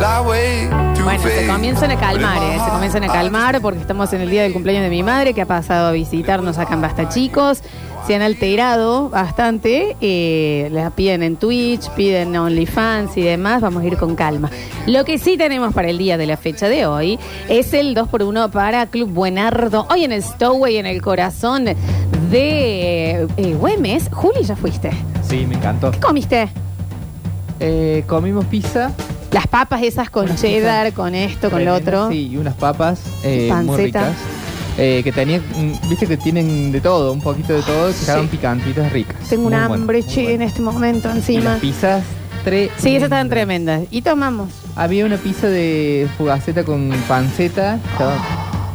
Bueno, Bueno, se comienzan a calmar, ¿eh? se comienzan a calmar porque estamos en el día del cumpleaños de mi madre que ha pasado a visitarnos acá en Basta Chicos. Se han alterado bastante, eh, les piden en Twitch, piden OnlyFans y demás, vamos a ir con calma. Lo que sí tenemos para el día de la fecha de hoy es el 2x1 para Club Buenardo, hoy en el Stowaway, en el corazón de eh, Güemes. Juli, ya fuiste. Sí, me encantó. ¿Qué comiste? Eh, comimos pizza. Las papas esas con Unas cheddar, con esto, con lo otro. Sí, y unas papas eh, muy Panceta. ricas. eh, que tenían, mm, viste que tienen de todo, un poquito de todo, que Sí. estaban picantitas ricas. Tengo un Muy bueno, hambre, muy che, en bueno. este momento Y encima. las pizzas tres. Sí, esas estaban tremendas. Y tomamos. Había una pizza de fugaceta con panceta, estaba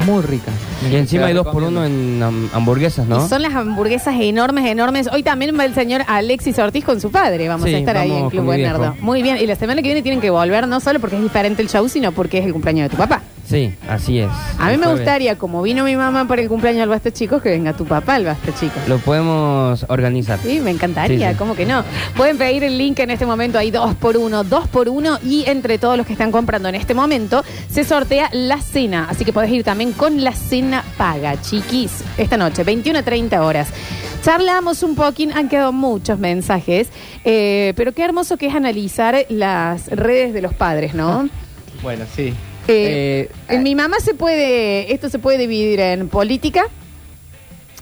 muy rica. Y encima Te hay la dos por recomiendo. uno en ham- hamburguesas, ¿no? Y son las hamburguesas enormes, enormes. Hoy también va el señor Alexis Ortiz con su padre. Vamos Sí, a estar ahí vamos en Club con mi Bernardo. viejo. Muy bien. Y la semana que viene tienen que volver, no solo porque es diferente el show, sino porque es el cumpleaños de tu papá. Sí, así es. A mí El me jueves. gustaría, como vino mi mamá para el cumpleaños al Basta Chicos, que venga tu papá al Basta Chicos. Lo podemos organizar. Sí, me encantaría, Sí, sí. ¿cómo que no? Pueden pedir el link en este momento, hay dos por uno, dos por uno, y entre todos los que están comprando en este momento, se sortea la cena. Así que podés ir también con la cena paga, chiquis, esta noche, 21 a 30 horas. Charlamos un poquín, han quedado muchos mensajes, eh, pero qué hermoso que es analizar las redes de los padres, ¿no? Ah. Bueno, sí. Eh, Eh, en mi mamá se puede, esto se puede dividir en política,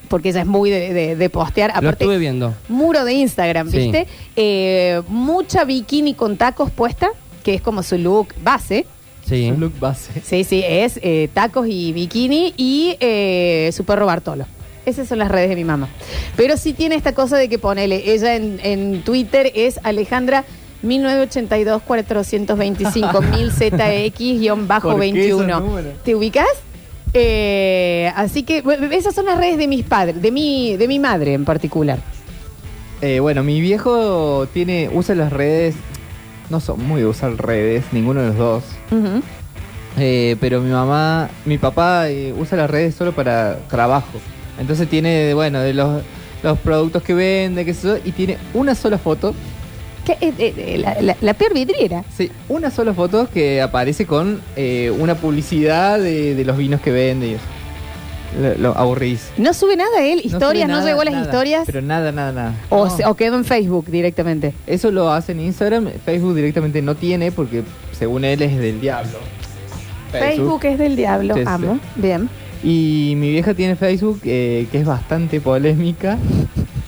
porque ella es muy de, de- de postear. Lo Aparte, estuve viendo. muro de Instagram, Sí. ¿viste? Eh, mucha bikini con tacos puesta, que es como su look base. Sí. su look base. Sí, sí, es eh, tacos y bikini y eh, su perro Bartolo. Esas son las redes de mi mamá. Pero sí tiene esta cosa de que ponele, ella en, en Twitter es Alejandra 1982 425 ¿Por qué esos 1000ZX-21. números? ¿Te ubicas? Eh, así que bueno, esas son las redes de mis padres, de mi, de mi madre en particular. Eh, bueno, mi viejo tiene usa las redes. No son muy de usar redes, ninguno de los dos. Ujú. Eh, pero mi mamá, mi papá eh, usa las redes solo para trabajo. Entonces tiene, bueno, de los, los productos que vende, qué sé yo, y tiene una sola foto. ¿Qué? Eh, eh, eh, la, la- la peor vidriera. Sí, una sola foto que aparece con eh, una publicidad de, de los vinos que vende. y eso. Lo, lo aburrís. No sube nada él, historias, no, sube nada, llegó a las nada, historias. Pero nada, nada, nada. O, No. se- o quedó en Facebook directamente. Eso lo hace en Instagram. Facebook directamente no tiene porque, según él, es del diablo. Facebook es del diablo, Sí, sí. amo. Bien. Y mi vieja tiene Facebook, eh, que es bastante polémica,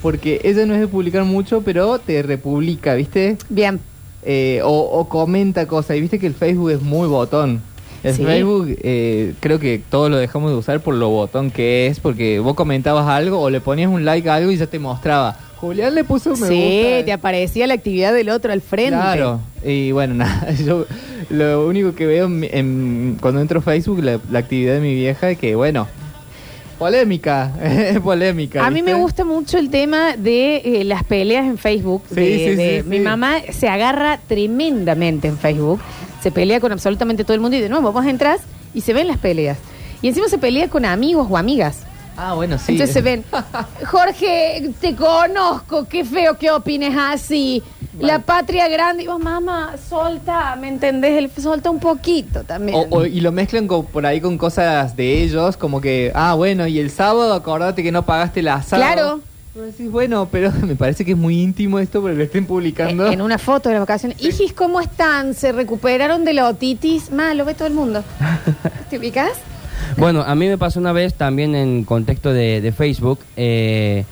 porque ella no es de publicar mucho, pero te republica, ¿viste? Bien. Eh, o, o comenta cosas, y viste que el Facebook es muy botón. El Sí. Facebook eh, creo que todos lo dejamos de usar por lo botón que es, porque vos comentabas algo o le ponías un like a algo y ya te mostraba. Julián le puso un me sí, gusta. te aparecía la actividad del otro al frente. Claro, y bueno, nada, yo lo único que veo en mi- en- cuando entro a Facebook, la, la actividad de mi vieja, es que bueno, polémica, polémica. A mí me ¿viste? gusta mucho el tema de eh, las peleas en Facebook. Sí, de- sí, de- sí, mi sí. mamá se agarra tremendamente en Facebook. Se pelea con absolutamente todo el mundo y de nuevo vos entras y se ven las peleas. Y encima se pelea con amigos o amigas. Ah, bueno, sí. Entonces se ven, Jorge, te conozco, qué feo que opines así. La patria grande. Y vos, mamá, solta, ¿me entendés? El- solta un poquito también. O- o- y lo mezclan con- por ahí con cosas de ellos, como que, ah, bueno, y el sábado acordate que no pagaste el asado. Claro. Y vos decís, bueno, pero me parece que es muy íntimo esto porque lo estén publicando. Eh, En una foto de la vacación. Hijis, ¿cómo están? ¿Se recuperaron de la otitis? Ma, lo ve todo el mundo. ¿Te ubicas? Bueno, a mí me pasó una vez también en contexto de, de Facebook. eh,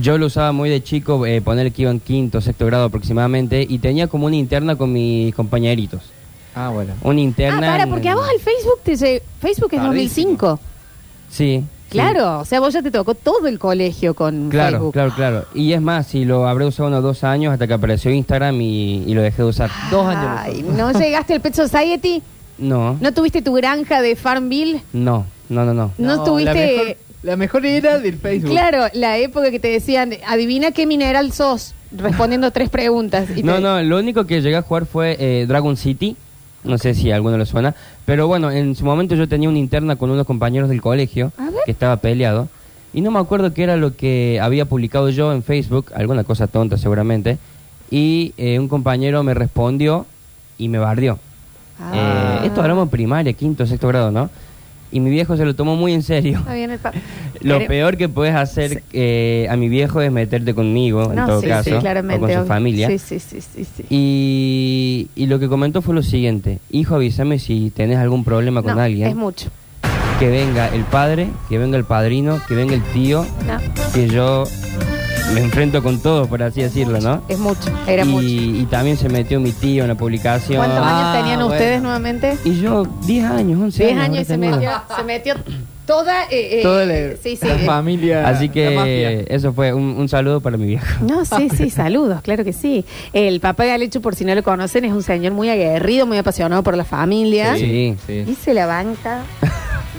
yo lo usaba muy de chico, eh, poner que iba en quinto, sexto grado aproximadamente, y tenía como una interna con mis compañeritos. Ah, bueno. Una Ah, interna. para, en- porque a vos al Facebook te lle- Facebook es Tardísimo. 2005. Sí. sí. Claro, o sea, vos ya te tocó todo el colegio con Claro, Facebook. claro, claro. Y es más, si lo habré usado unos dos años hasta que apareció Instagram y, y lo dejé de usar. Ah. Dos años. lo usé. Ay, ¿no llegaste al Pet Society? No, ¿No tuviste tu granja de Farmville? no, no, no, no. No, La mejor, tuviste, la mejor era del Facebook. claro, la época que te decían, adivina qué mineral sos, respondiendo tres preguntas. y No, te- no, lo único que llegué a jugar fue eh, Dragon City. No sé si a alguno le suena. Pero bueno, en su momento yo tenía una interna con unos compañeros del colegio A ver. que estaba peleado. Y no me acuerdo qué era lo que había publicado yo en Facebook, alguna cosa tonta seguramente. Y eh, un compañero me respondió y me bardió. Ah. Eh, esto hablamos en primaria, quinto, sexto grado, ¿no? Y mi viejo se lo tomó muy en serio. Está bien el pa- Lo Pero- peor que puedes hacer eh, a mi viejo es meterte conmigo, en No, todo sí, caso, sí, claramente. o con su obvio. familia. Sí, sí, sí, sí. sí. Y, y lo que comentó fue lo siguiente, hijo, avísame si tenés algún problema con No, alguien. Es mucho. Que venga el padre, que venga el padrino, que venga el tío, No, que yo me enfrento con todos, por así decirlo, ¿no? es mucho. Era y, mucho. y también se metió mi tío en la publicación. ¿Cuántos Ah, años tenían bueno. ustedes nuevamente? Y yo, 10 años, 11 10 años. años y habré se tenido. metió, se metió toda. eh, eh, Toda eh, la, sí, sí, la eh. familia. Así la mafia. que eso fue un, un saludo para mi viejo. No, sí, sí, saludos, claro que sí. El papá Galecho, por si no lo conocen, es un señor muy aguerrido, muy apasionado por la familia. Sí, Y se la banca.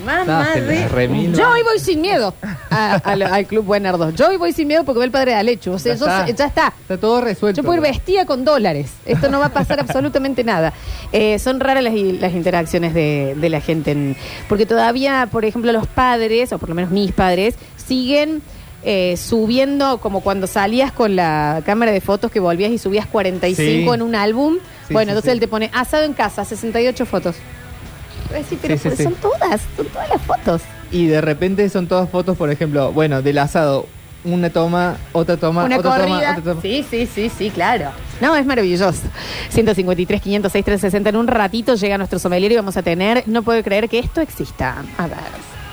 Mamá No, se la de- remil- Yo hoy voy sin miedo a- a lo- al Club Buenardo. Yo hoy voy sin miedo porque ve el padre de Alechu. O sea, yo sé- ya está. Está todo resuelto. Yo puedo ir ¿no? vestida con dólares. Esto no va a pasar absolutamente nada. Eh, son raras las, las interacciones de, de la gente. en- porque todavía, por ejemplo, los padres, o por lo menos mis padres, siguen eh, subiendo como cuando salías con la cámara de fotos que volvías y subías 45 Sí. en un álbum. Sí, bueno, sí, entonces sí. él te pone asado en casa, 68 fotos. Yo decía, pero Sí, sí, pues, sí. son todas, son todas las fotos. Y de repente son todas fotos, por ejemplo, bueno, del asado. Una toma, otra toma, Una otra corrida. toma, otra toma. Sí, sí, sí, sí, claro. No, es maravilloso. 153, 506, 360. En un ratito llega nuestro sommelier y vamos a tener. No puedo creer que esto exista. A ver.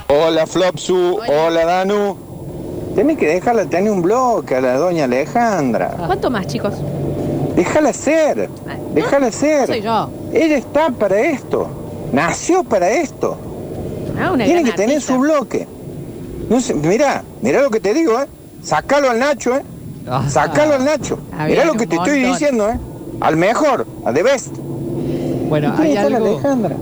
Hola Flopsu, Hola. hola, Danu. Tiene que dejarla tener un bloque a la doña Alejandra. ¿Cuánto más, chicos? Déjala ser, déjala ser. Soy yo. Ella está para esto, nació para esto. Ah, una Tiene gran que tener artista. su bloque. No sé, mirá, mirá lo que te digo, ¿eh? Sacalo al Nacho, ¿eh? Ah. Sacalo al Nacho. Ah, Mirá bien, lo que un te estoy montón. diciendo, ¿eh? Al mejor, al de best. Bueno, Tiene hay que estar la algo, Alejandra.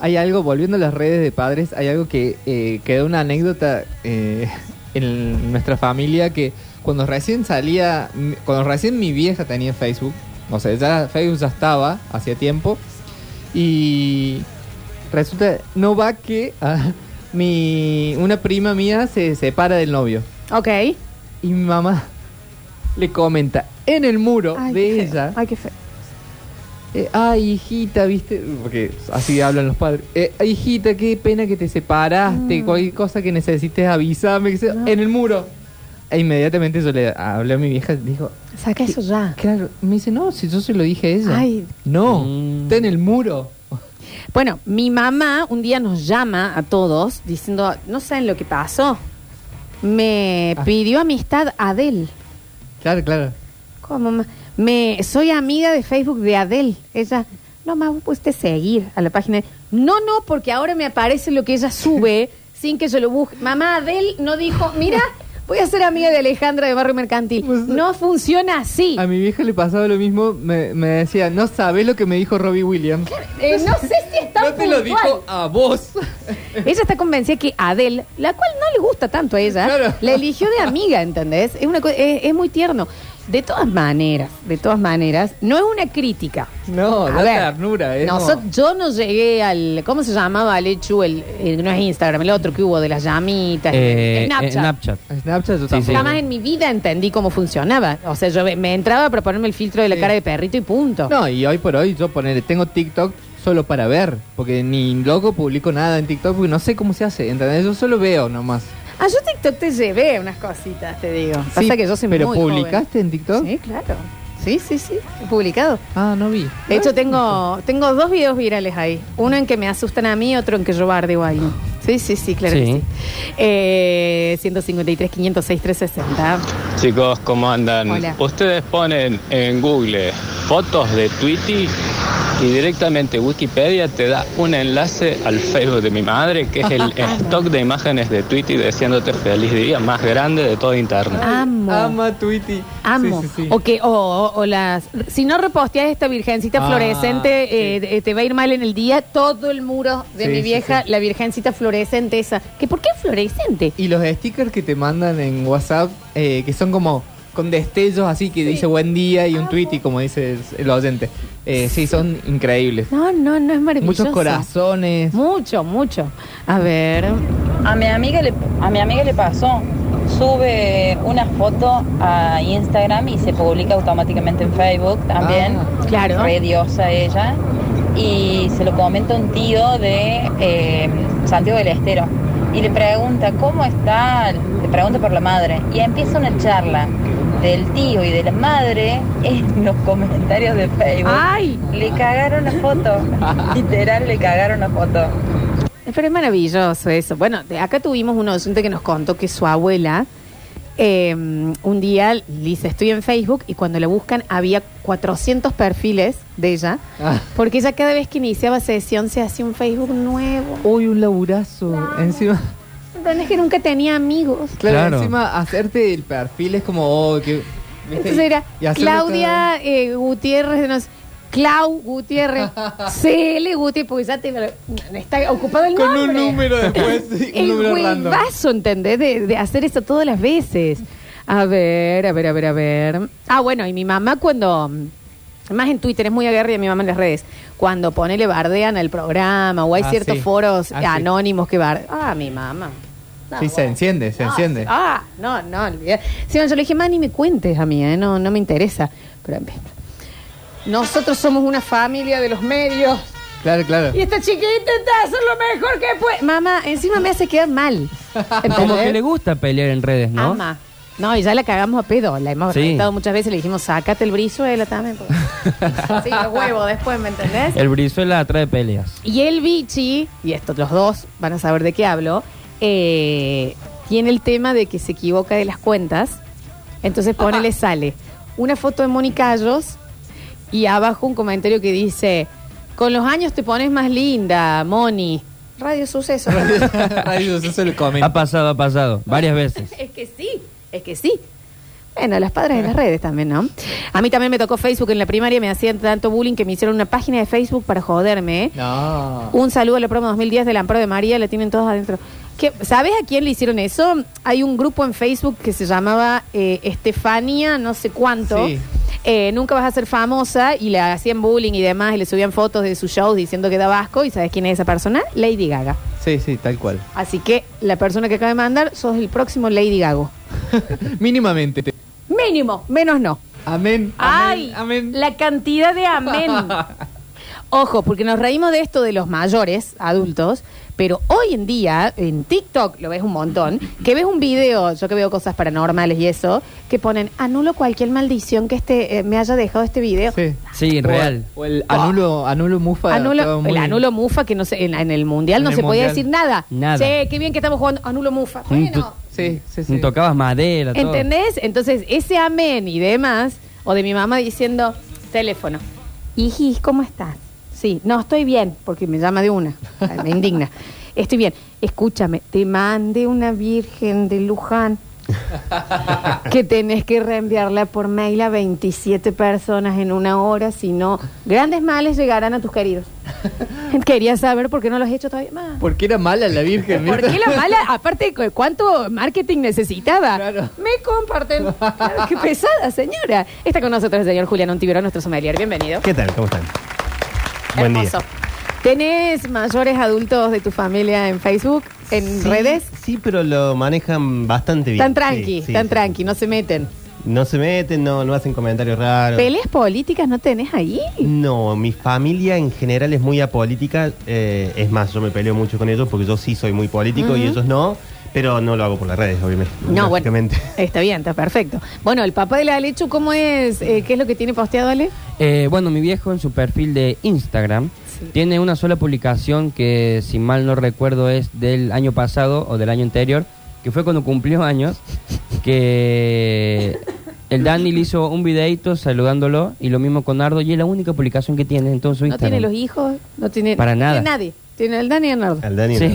hay algo, volviendo a las redes de padres, hay algo que eh, quedó una anécdota eh, en nuestra familia que cuando recién salía, m- cuando recién mi vieja tenía Facebook, o sea, ya Facebook ya estaba, hacía tiempo, y resulta, no va que ah, mi, una prima mía se separa del novio. Ok. Y mi mamá le comenta en el muro Ay, de qué feo. ella. Ay, qué feo. eh, ay, hijita, viste, porque así hablan los padres. Eh, "Ay, hijita, qué pena que te separaste. Mm. Cualquier cosa que necesites, avísame. que sea- En el muro. E inmediatamente yo le hablé a mi vieja. Dijo, Saca eso ya. claro. Me dice, no, si yo se lo dije a ella. Ay. No, Mm. está en el muro. Bueno, mi mamá un día nos llama a todos diciendo: No saben lo que pasó. Me Ah. pidió amistad Adel. Claro, claro. ¿Cómo? ma? Me, soy amiga de Facebook de Adel. Ella, no, más pusiste seguir a la página. No, no, porque ahora me aparece lo que ella sube sin que yo lo busque. Mamá Adel no dijo, mira, voy a ser amiga de Alejandra de Barrio Mercantil. No funciona así. Pues, A mi vieja le pasaba lo mismo. Me, me decía, no sabes lo que me dijo Robbie Williams. Eh, no sé si está No te lo dijo a vos. Ella está convencida que Adel, la cual no le gusta tanto a ella, Claro. la eligió de amiga, ¿entendés? Es, una co- es, es muy tierno. De todas maneras, de todas maneras, no es una crítica. No, A da ver, ternura. es nosot- como- Yo no llegué al. ¿Cómo se llamaba Alechu? El, el- no es Instagram, el otro que hubo de las llamitas. Eh, Snapchat. eh, Snapchat. Snapchat yo Sí, sí. Jamás en mi vida entendí cómo funcionaba. O sea, yo me- me entraba para ponerme el filtro de la Sí. cara de perrito y punto. No, y hoy por hoy yo poner, tengo TikTok solo para ver, porque ni loco publico nada en TikTok porque no sé cómo se hace, ¿entendés? Yo solo veo nomás. Ah, yo TikTok te llevé unas cositas, te digo. Pasa Sí, que yo soy ¿Pero muy joven. publicaste en TikTok? Sí, claro. Sí, sí, sí. He publicado. Ah, no vi. De hecho, tengo, tengo dos videos virales ahí. Uno en que me asustan a mí, otro en que yo bardeo a alguien. Sí, sí, sí, claro que Sí. sí. Eh, 153, 506, 360. Chicos, ¿cómo andan? Hola. Ustedes ponen en Google fotos de Tweety y directamente Wikipedia te da un enlace al Facebook de mi madre, que es el stock de imágenes de Tweety deseándote feliz día más grande de todo Internet. Amo. Ama Twitty. Amo. Sí, sí, sí. O que, o, o- o las. Si no reposteas esta virgencita Ah, fluorescente, sí. eh, de- te va a ir mal en el día. Todo el muro de Sí, mi sí, vieja, sí. la virgencita fluorescente esa. ¿Que ¿Por qué fluorescente? Y los stickers que te mandan en WhatsApp, eh, que son como con destellos así, que dice buen día y un Twitty, como dice el- el oyente. Eh, sí, son increíbles. No, no, no es maravilloso. Muchos corazones. Mucho, mucho. A ver. A mi amiga le, a mi amiga le pasó sube una foto a Instagram y se publica automáticamente en Facebook también. Ah, claro. Re diosa ella. Y se lo comenta un tío de eh, Santiago del Estero. Y le pregunta, ¿cómo está? Le pregunta por la madre. Y empieza una charla del tío y de la madre en los comentarios de Facebook. ¡Ay! Le cagaron la foto. Literal, le cagaron la foto. Pero es maravilloso eso. Bueno, de acá tuvimos un oyente que nos contó que su abuela eh, un día le dice, estoy en Facebook y cuando la buscan había 400 perfiles de ella, Ah. porque ella cada vez que iniciaba sesión se hacía un Facebook nuevo. Uy, un laburazo. Encima, Entonces que nunca tenía amigos. claro, Claro. encima hacerte el perfil es como, oh, que. ¿viste? Entonces era Y hacerlo Claudia eh, Gutiérrez, de no sé, Clau Gutiérrez, CL Gutiérrez, porque ya te, está ocupado el todo- Con nombre. un número después, sí, un el número random. huevazo, ¿entendés? De, de hacer eso todas las veces. A ver, a ver, a ver, a ver. Ah, bueno, y mi mamá cuando... Más en Twitter, es muy aguerrida mi mamá en las redes. Cuando ponele bardean al programa o hay Ah, ciertos sí. foros Ah, sí. anónimos que bardean. Ah, mi mamá. No, Sí, se bueno. enciende, se No, enciende. sí. Ah, no, no, olvidé. Sí, bueno, yo le dije, más ni me cuentes a mí, ¿eh? no, no me interesa. Pero en fin. nosotros somos una familia de los medios. Claro, claro. Y esta chiquita intenta hacer lo mejor que puede. Mamá, encima me hace quedar mal. Como que ¿Entendés? le gusta pelear en redes, ¿no? Ama. No, y ya la cagamos a pedo. La hemos Sí. reventado muchas veces. Le dijimos, sácate el brizuela también. porque- sí, los huevos después, ¿me entendés? El Brizuela atrae peleas. Y el bichi, y estos los dos van a saber de qué hablo, eh, tiene el tema de que se equivoca de las cuentas. Entonces ponele, sale una foto de Monicayos y abajo un comentario que dice, con los años te pones más linda, Moni. Radio Suceso. Radio, eso se lo comen. Ha pasado, ha pasado, varias veces. es que sí, es que sí. Bueno, los padres en las redes también, ¿no? A mí también me tocó Facebook en la primaria, me hacían tanto bullying que me hicieron una página de Facebook para joderme, ¿eh? No. Un saludo a la promo 2010 del Amparo de María, la tienen todos adentro. ¿Qué- ¿Sabes a quién le hicieron eso? Hay un grupo en Facebook que se llamaba eh, Estefania, no sé cuánto. Sí. Eh, nunca vas a ser famosa y le hacían bullying y demás y le subían fotos de sus shows diciendo que da vasco y ¿sabes quién es esa persona? Lady Gaga. Sí, sí, tal cual. Así que la persona que acaba de mandar, sos el próximo Lady Gago. Mínimamente. Mínimo, menos no. Amén. ¡Ay! Amén. amén. La cantidad de amén. Ojo, porque nos reímos de esto de los mayores, adultos, pero hoy en día en TikTok lo ves un montón, que ves un video, yo que veo cosas paranormales y eso, que ponen anulo cualquier maldición que este eh, me haya dejado este video. Sí. Sí, O- real. O el anulo, anulo mufa. estaba Anulo, muy- el anulo mufa que no se, en, en el mundial En no el se podía mundial. decir nada. Nada. Che, qué bien que estamos jugando anulo mufa. Un tu- Bueno, Sí, sí, sí. un Tocabas madera, todo. ¿Entendés? Entonces, ese amén y demás, o de mi mamá diciendo, teléfono. Hijis, ¿cómo estás? Sí, no, estoy bien, porque me llama de una, Ay, me indigna. Estoy bien. Escúchame, te mandé una virgen de Luján que tenés que reenviarla por mail a 27 personas en una hora, si no, grandes males llegarán a tus queridos. Quería saber por qué no los he hecho todavía más. Porque era mala la Virgen. ¿Por ¿viste? qué la mala? Aparte, ¿cu- ¿cuánto marketing necesitaba? Claro. Me comparten. Claro, qué pesada, señora. Está con nosotros el señor Julián Ontiverón, nuestro sommelier. Bienvenido. ¿Qué tal? ¿Cómo están? Hermoso. ¿Tenés mayores adultos de tu familia en Facebook, en Sí, redes? Sí, pero lo manejan bastante bien. Tan tranqui, Sí, sí, tan sí. tranqui, no se meten. No se meten, no, no hacen comentarios raros. ¿Peleas políticas no tenés ahí? No, mi familia en general es muy apolítica. eh, es más, yo me peleo mucho con ellos porque yo sí soy muy político y ellos no. Pero no lo hago por las redes, obviamente. No, bueno. lógicamente. Está bien, está perfecto. Bueno, el papá de la Alechu, ¿cómo es? Eh, ¿Qué es lo que tiene posteado Ale? Eh, bueno, mi viejo en su perfil de Instagram Sí. tiene una sola publicación que, si mal no recuerdo, es del año pasado o del año anterior, que fue cuando cumplió años, que el Dani le hizo un videito saludándolo y lo mismo con Nardo y es la única publicación que tiene en todo su ¿No Instagram. tiene los hijos? ¿No tiene, Para no nada. Tiene nadie. Tiene el Dani y el Nardo. Al Dani. Sí,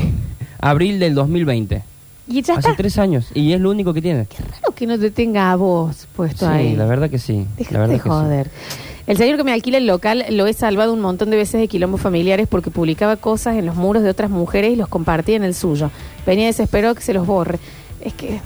abril del 2020. Y ya Hace está. tres años y es lo único que tiene. Claro que no te tenga a vos puesto Sí, ahí. la verdad que sí. Déjate la verdad que sí. joder. El señor que me alquila el local lo he salvado un montón de veces de quilombos familiares porque publicaba cosas en los muros de otras mujeres y los compartía en el suyo. Venía desesperado que se los borre. Es que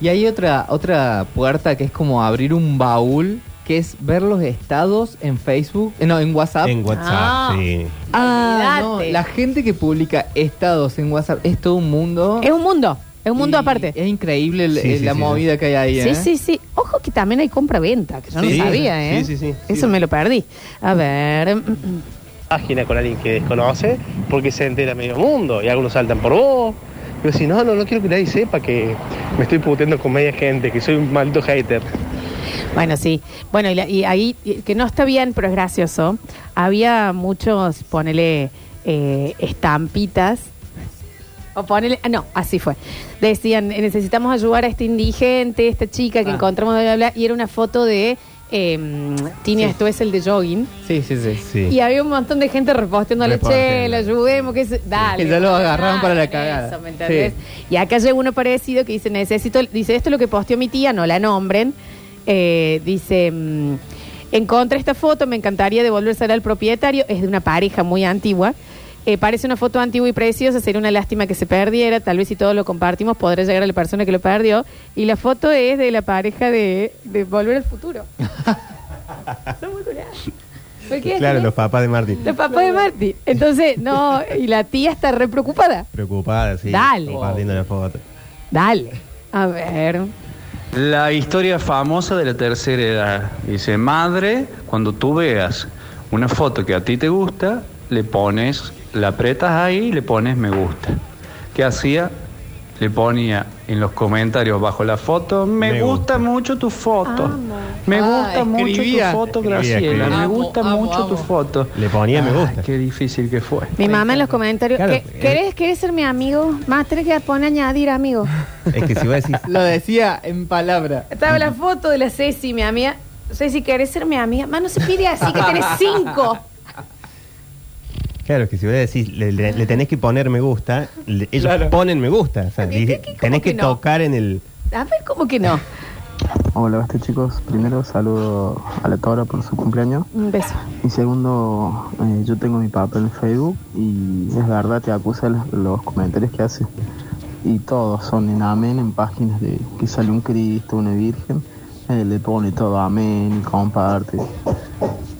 Y hay otra, otra puerta que es como abrir un baúl, que es ver los estados en Facebook, eh, no, en WhatsApp. En WhatsApp, Ah. sí. Ah, no, Olvídate. la gente que publica estados en WhatsApp es todo un mundo. es un mundo. Es un mundo Y aparte. Es increíble el- Sí, sí, la sí, movida que hay ahí. Sí, ¿eh? sí, sí. Ojo que también hay compra-venta, que yo Sí, no sabía, ¿eh? sí, sí, sí, sí. Eso me lo perdí. A ver. página con alguien que desconoce porque se entera medio mundo y algunos saltan por vos. Yo si no, no, no quiero que nadie sepa que me estoy puteando con media gente, que soy un maldito hater. Bueno, sí. Bueno, y, la- y ahí, y- que no está bien, pero es gracioso. Había muchos, ponele, eh, estampitas. O ponele, ah, no, así fue. Decían, eh, necesitamos ayudar a este indigente, esta chica que Ah. encontramos, bla, bla, bla. Y era una foto de eh, Tini Sí. esto es el de jogging. Sí, sí, sí. Sí. Y había un montón de gente reposteándole, che, Reposteando. la ayudemos, que se... Dale. Que ya lo agarraron para la Hagan cagada. eso, ¿me entendés? Y acá llega uno parecido que dice, necesito, dice, esto es lo que posteó mi tía, no la nombren. Eh, dice, mm, encontré esta foto, me encantaría devolvérsela al propietario, es de una pareja muy antigua. Eh, parece una foto antigua y preciosa, sería una lástima que se perdiera, tal vez si todos lo compartimos podrá llegar a la persona que lo perdió. Y la foto es de la pareja de, de Volver al Futuro. Son muy curiosas. ¿Por qué? Claro, los papás de Martín. Los papás de Marty. Entonces, no, y la tía está re preocupada. Preocupada, sí. Dale. Compartiendo la foto. Dale. A ver. La historia famosa de la tercera edad. Dice, madre, cuando tú veas una foto que a ti te gusta, le pones, la apretas ahí y le pones me gusta. ¿Qué hacía? Le ponía en los comentarios bajo la foto, me, Me gusta. gusta. mucho tu foto. Me Ah, gusta mucho tu escribía. foto, Escribía, Graciela. escribía. Me Amo, gusta amo, mucho tu amo. foto. Le ponía me Ah. Ay, gusta. Qué difícil que fue. Mi mamá en los comentarios. Claro, ¿qué- eh. ¿querés, ¿Querés ser mi amigo? Más tenés que poner añadir amigo. Es que si vos decís, Lo decía en palabra. Estaba la foto de la Ceci, mi amiga. Ceci, ¿querés ser mi amiga? Más no se pide así que tenés cinco. claro, es que si vos decís, le, le- le tenés que poner me gusta, le- ellos ponen me gusta. O sea, Pero, dice, ¿qué- qué- tenés cómo que que no? tocar en el. A ver, ¿cómo que no? Hola, basta chicos. Primero saludo a la Tora por su cumpleaños. Un beso. Y segundo, eh, yo tengo mi papá en Facebook y es verdad, te acusa los, los comentarios que hace. Y todos son en amén, en páginas de que sale un Cristo, una Virgen. eh, le pone todo amén y comparte.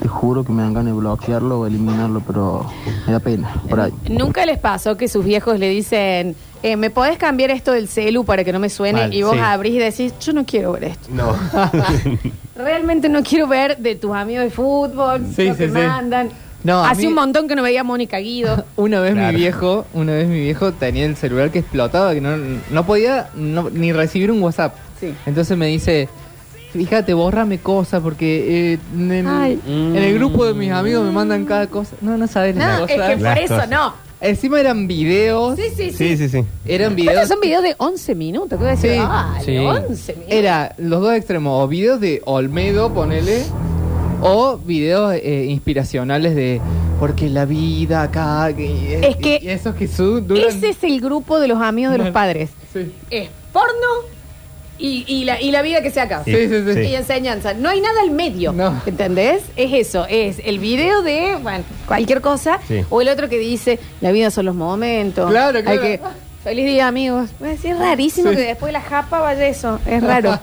Te juro que me dan ganas de bloquearlo o eliminarlo, pero me da pena, por ahí. Nunca les pasó que sus viejos le dicen, eh, ¿me podés cambiar esto del celu para que no me suene? Mal, y vos sí. abrís y decís, yo no quiero ver esto. No. Realmente no quiero ver de tus amigos de fútbol, Sí, lo que sí, sí. mandan. No, a Hace mí- un montón que no veía a Mónica Guido. Una vez Claro. mi viejo, una vez mi viejo tenía el celular que explotaba, que no, no podía no- ni recibir un WhatsApp. Sí. Entonces me dice, fíjate, bórrame cosas porque eh, en, el- Ay. en el grupo de mis amigos me mandan cada cosa. No, no sabes las No, es cosas. que por Las eso cosas. no. Encima eran videos, Sí, sí, sí. Sí, sí, sí. eran Pero videos. son videos de 11 minutos. ¿Qué voy a decir? Sí. Ay, Sí. 11 minutos. Era los dos extremos, o videos de Olmedo, ponele, o videos eh, inspiracionales de porque la vida acá que- Es que y esos que su- duran Ese es el grupo de los amigos de los padres. Sí. Es porno y, y la, y la vida que se acaba. Sí, sí, sí. Y enseñanza. No hay nada al medio. No. ¿Entendés? Es eso. Es el video de bueno, cualquier cosa. Sí. O el otro que dice, la vida son los momentos. Claro, claro. Hay que, Feliz día, amigos. Voy a decir, Es rarísimo Sí. que después de la japa vaya eso. Es raro.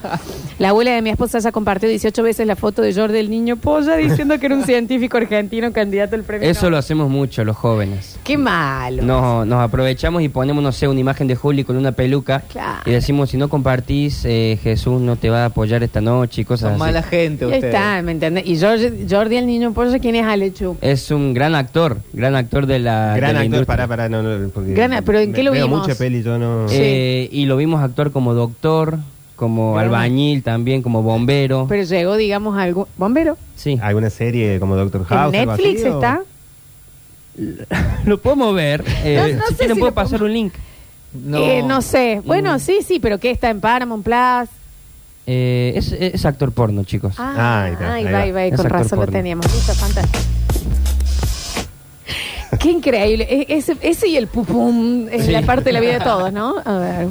La abuela de mi esposa ya compartió 18 veces la foto de Jordi el niño polla diciendo que era un científico argentino candidato al premio. Eso Nobel. lo hacemos mucho los jóvenes. Qué malo. Nos, nos aprovechamos y ponemos, no sé, una imagen de Juli con una peluca Claro. y decimos, si no compartís, eh, Jesús no te va a apoyar esta noche y cosas Son así. mala gente Ahí ustedes. está, ¿me entendés? Y Jordi, Jordi el niño polla, ¿quién es Alechu? Es un gran actor, gran actor de la, de Gran la actor, Ah, industria. pará, pará, no, no, porque Gran- pero ¿en qué me- lo veo vimos? mucha peli, yo no. Eh, Y lo vimos actuar como doctor, como albañil también, como bombero. Pero llegó, digamos, algún... ¿Bombero? sí. ¿Alguna serie como Doctor House? ¿En algo así, Netflix o- está? Lo podemos ver. eh, No- no si sé quieren si puedo lo pasar podemos- un link. No, Eh, no sé. Bueno, sí, sí, pero ¿qué está en Paramount Plus? Eh, es, es actor porno, chicos. Ah, ahí está, ahí ahí va, va. ahí va, y Es con actor razón lo porno. teníamos. Listo, fantástico. Qué increíble. E- Ese, ese y el pupum es Sí. la parte de la vida de todos, ¿no? A ver.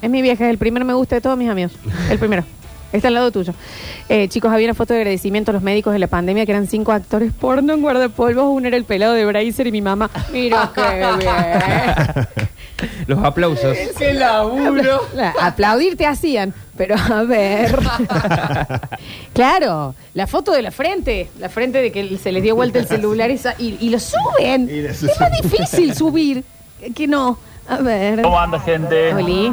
Es mi vieja, es el primero me gusta de todos mis amigos. El primero. Está al lado tuyo. Eh, chicos, había una foto de agradecimiento a los médicos de la pandemia que eran cinco actores porno en guardapolvos. Uno era el pelado de Bracer y mi mamá. Mira qué bien. Los aplausos. ¡Qué laburo! La- Aplaudir te hacían, pero a ver. claro, la foto de la frente, la frente de que se les dio vuelta el celular esa- y, y lo suben. Y lo es más difícil subir que no. A ver. ¿Cómo anda gente? Oli.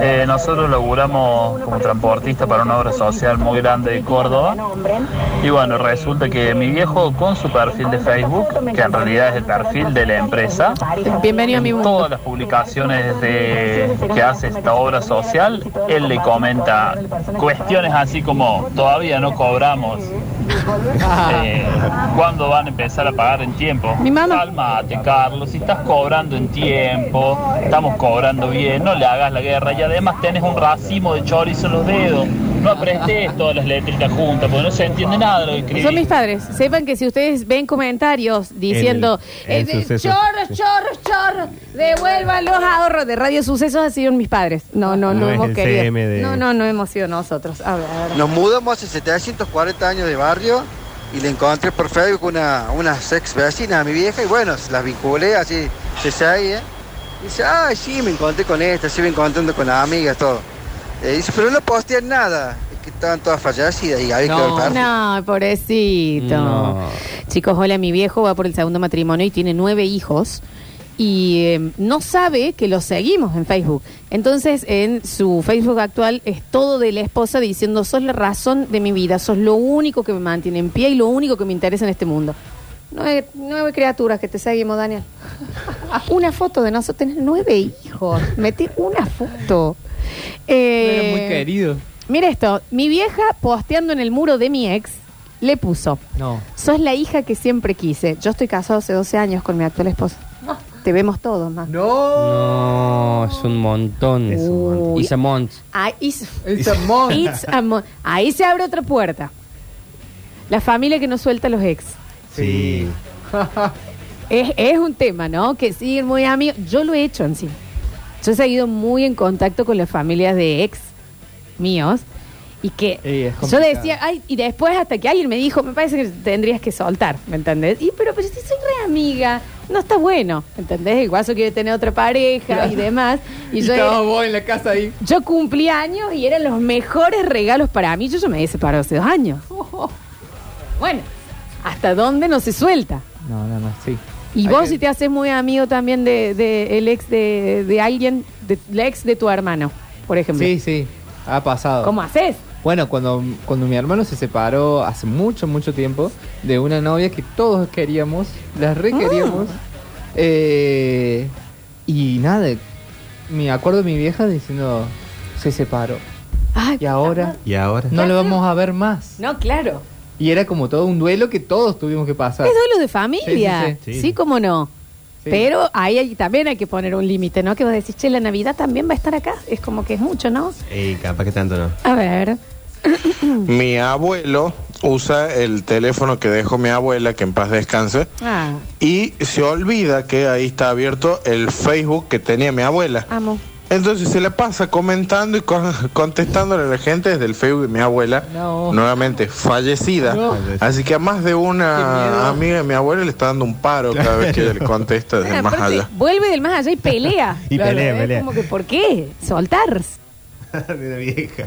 Eh, nosotros laburamos como transportista para una obra social muy grande de Córdoba. Y bueno, resulta que mi viejo con su perfil de Facebook, que en realidad es el perfil de la empresa, Bienvenido a mi en mundo. todas las publicaciones de, que hace esta obra social, él le comenta cuestiones así como todavía no cobramos, eh, cuándo van a empezar a pagar en tiempo. Mi mamá. Cálmate, Carlos, si estás cobrando en tiempo, estamos cobrando bien, no le hagas la guerra y además tenés un racimo de chorizo en los dedos. No apretes todas las letritas juntas, porque no se entiende nada de lo que escribís. Son mis padres. Sepan que si ustedes ven comentarios diciendo En el- en eh, de- Sucesos. chorros, chorros, chorros, devuelvan los ahorros de Radio Sucesos, han sido mis padres. No, no, no, No es hemos el querido. CM de- No, no, no hemos sido nosotros. A ver, a ver. Nos mudamos hace 740 años de barrio y le encontré por Facebook una, unas ex vecinas a mi vieja y bueno, las vinculé así, se seguía. Y dice, ay, sí, me encontré con esta, sí, me encontrando con las amigas, todo. Eh, dice, pero no postean nada, es que estaban todas fallecidas y ahí No. quedó el perfil. No, pobrecito. No. Chicos, hola, mi viejo va por el segundo matrimonio y tiene nueve hijos. Y eh, no sabe que lo seguimos en Facebook. Entonces, en su Facebook actual es todo de la esposa diciendo, sos la razón de mi vida, sos lo único que me mantiene en pie y lo único que me interesa en este mundo. Nueve, nueve criaturas que te seguimos, Daniel. una foto de nosotros, tenés nueve hijos. Metí una foto. Era muy Eh, querido. Mira esto, mi vieja posteando en el muro de mi ex le puso, No. sos la hija que siempre quise. Yo estoy casado hace 12 años con mi actual esposa. Te vemos todos, más. No. No, es un montón. Es un montón. It's a month. Ahí, It's a month. it's a mon- ahí se abre otra puerta. La familia que no suelta a los ex. Sí. Es, es un tema, ¿no? Que siguen muy amigos. Yo lo he hecho en sí. Yo he seguido muy en contacto con las familias de ex míos. Y que Y es yo complicado. decía, ay, y después hasta que alguien me dijo, me parece que tendrías que soltar, ¿me entendés? Y pero, pero si soy re amiga, no está bueno, ¿me ¿entendés? El guaso quiere tener otra pareja y demás. Y, Y yo, estaba vos en la casa ahí. yo cumplí años y eran los mejores regalos para mí. Yo ya me había separado hace dos años. Bueno, ¿hasta dónde no se suelta? No, no, no, sí. Y Hay vos que- si te haces muy amigo también de, de el ex de, de alguien, de, la ex de tu hermano, por ejemplo. Sí, sí. Ha pasado. ¿Cómo haces? Bueno, cuando, cuando mi hermano se separó hace mucho, mucho tiempo de una novia que todos queríamos, las requeríamos. Ah. eh, y nada, me acuerdo de mi vieja diciendo, se separó. Ay, Y ahora ¿Y ahora? no lo vamos a ver más. No, claro. Y era como todo un duelo que todos tuvimos que pasar. Es duelo de familia. Sí, Sí, sí, sí. cómo no. Sí. Pero ahí hay- también hay que poner un límite, ¿no? Que vos decís, che, la Navidad también va a estar acá. Es como que es mucho, ¿no? Ey, capaz que tanto no. A ver. Mi abuelo usa el teléfono que dejó mi abuela, que en paz descanse, Ah, y se olvida que ahí está abierto el Facebook que tenía mi abuela. amo. Entonces se la pasa comentando y con- contestándole a la gente desde el Facebook de mi abuela, No. nuevamente fallecida. No. Así que a más de Qué miedo. una amiga de mi abuela le está dando un paro cada vez que le contesta desde Ah, más aparte, allá. Vuelve del más allá y pelea. Y Claro, pelea, es pelea. Como que, ¿por qué? Soltar. de la vieja.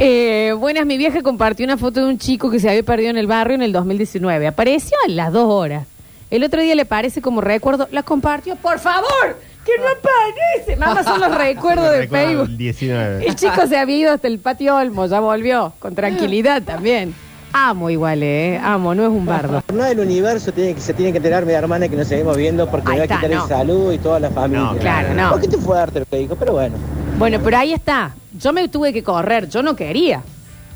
Eh, buenas, mi vieja compartió una foto de un chico que se había perdido en el barrio en el 2019. Apareció a las dos horas. El otro día le parece como recuerdo. La compartió. ¡Por favor! ¡Que no aparece! Mamá, son los recuerdos de Recuerdo Facebook. el 19. El chico se había ido hasta el patio Olmo, ya volvió, con tranquilidad también. Amo igual, ¿eh? Amo, no es un bardo. Nada del universo tiene que, se tiene que enterar mi hermana que nos seguimos viendo porque Ahí me va a está, quitar no. el saludo y toda la familia. No, Claro, no. ¿Por qué te fue a darte lo que dijo? Pero bueno. Bueno, pero ahí está. Yo me tuve que correr, yo no quería.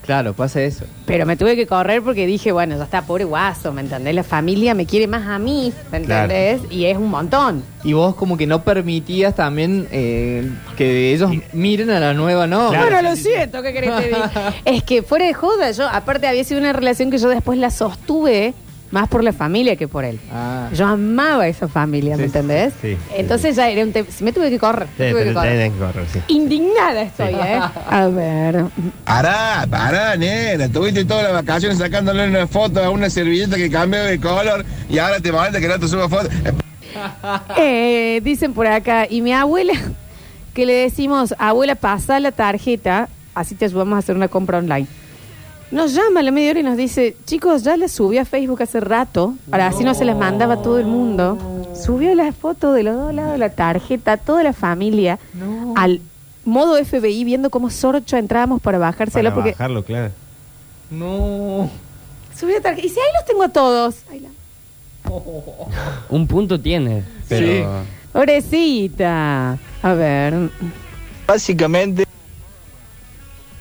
Claro, pasa eso. Pero me tuve que correr porque dije, bueno, ya está, pobre guaso, ¿me entendés? La familia me quiere más a mí, ¿me Claro. entendés? Y es un montón. Y vos como que no permitías también eh, que ellos miren a la nueva novia. Claro. bueno, lo siento, ¿qué querés que te diga? es que fuera de joda, yo, aparte había sido una relación que yo después la sostuve más por la familia que por él. Ah. Yo amaba esa familia, ¿me Sí, sí, entendés? sí, sí, Entonces ya era un tema. Me tuve que correr. Sí, me tuve que pero correr. tenés que correr, sí. Indignada estoy, ¿eh? A ver. Pará, pará, nena. Tuviste toda la vacación sacándole una foto a una servilleta que cambió de color y ahora te manda que no te suba foto. Eh, dicen por acá, y mi abuela, que le decimos, abuela, pasa la tarjeta, así te ayudamos a hacer una compra online. Nos llama a la media hora y nos dice, chicos, ya la subí a Facebook hace rato, para así no se las mandaba a todo el mundo. Subió la foto de los dos lados de la tarjeta, toda la familia, al modo FBI, viendo cómo Sorcho entrábamos para bajárselo, Para porque bajarlo, claro. No. subió la tarjeta. Y si ahí los tengo a todos. Ay, la- Un punto tiene, pero... Pobrecita. A ver. Básicamente,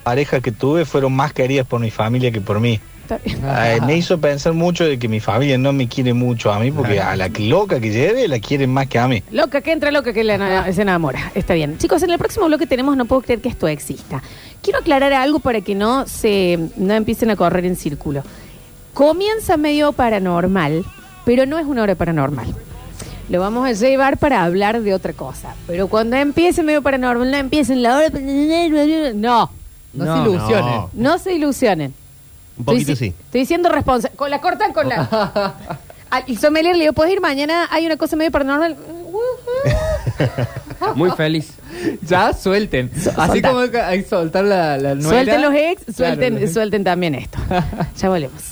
parejas que tuve fueron más queridas por mi familia que por mí. está bien. Eh, me hizo pensar mucho de que mi familia no me quiere mucho a mí, porque a la loca que lleve la quieren más que a mí. Loca que entra, loca que la- na- se enamora. Está bien. Chicos, en el próximo bloque tenemos No puedo creer que esto exista. Quiero aclarar algo para que no se no empiecen a correr en círculo. Comienza medio paranormal, pero no es una hora paranormal. Lo vamos a llevar para hablar de otra cosa. Pero cuando empiece medio paranormal, no empiecen la hora. No. No se ilusionen. No, No se ilusionen. Un poquito sí. Estoy diciendo responsable. Con la cortan con la. Al y sommelier le digo, ¿puedes ir mañana? Hay una cosa medio paranormal. Muy feliz. Ya suelten. Así soltá. como hay que soltar la, la nuera. Suelten los ex, Claro. suelten, suelten también esto. Ya volvemos.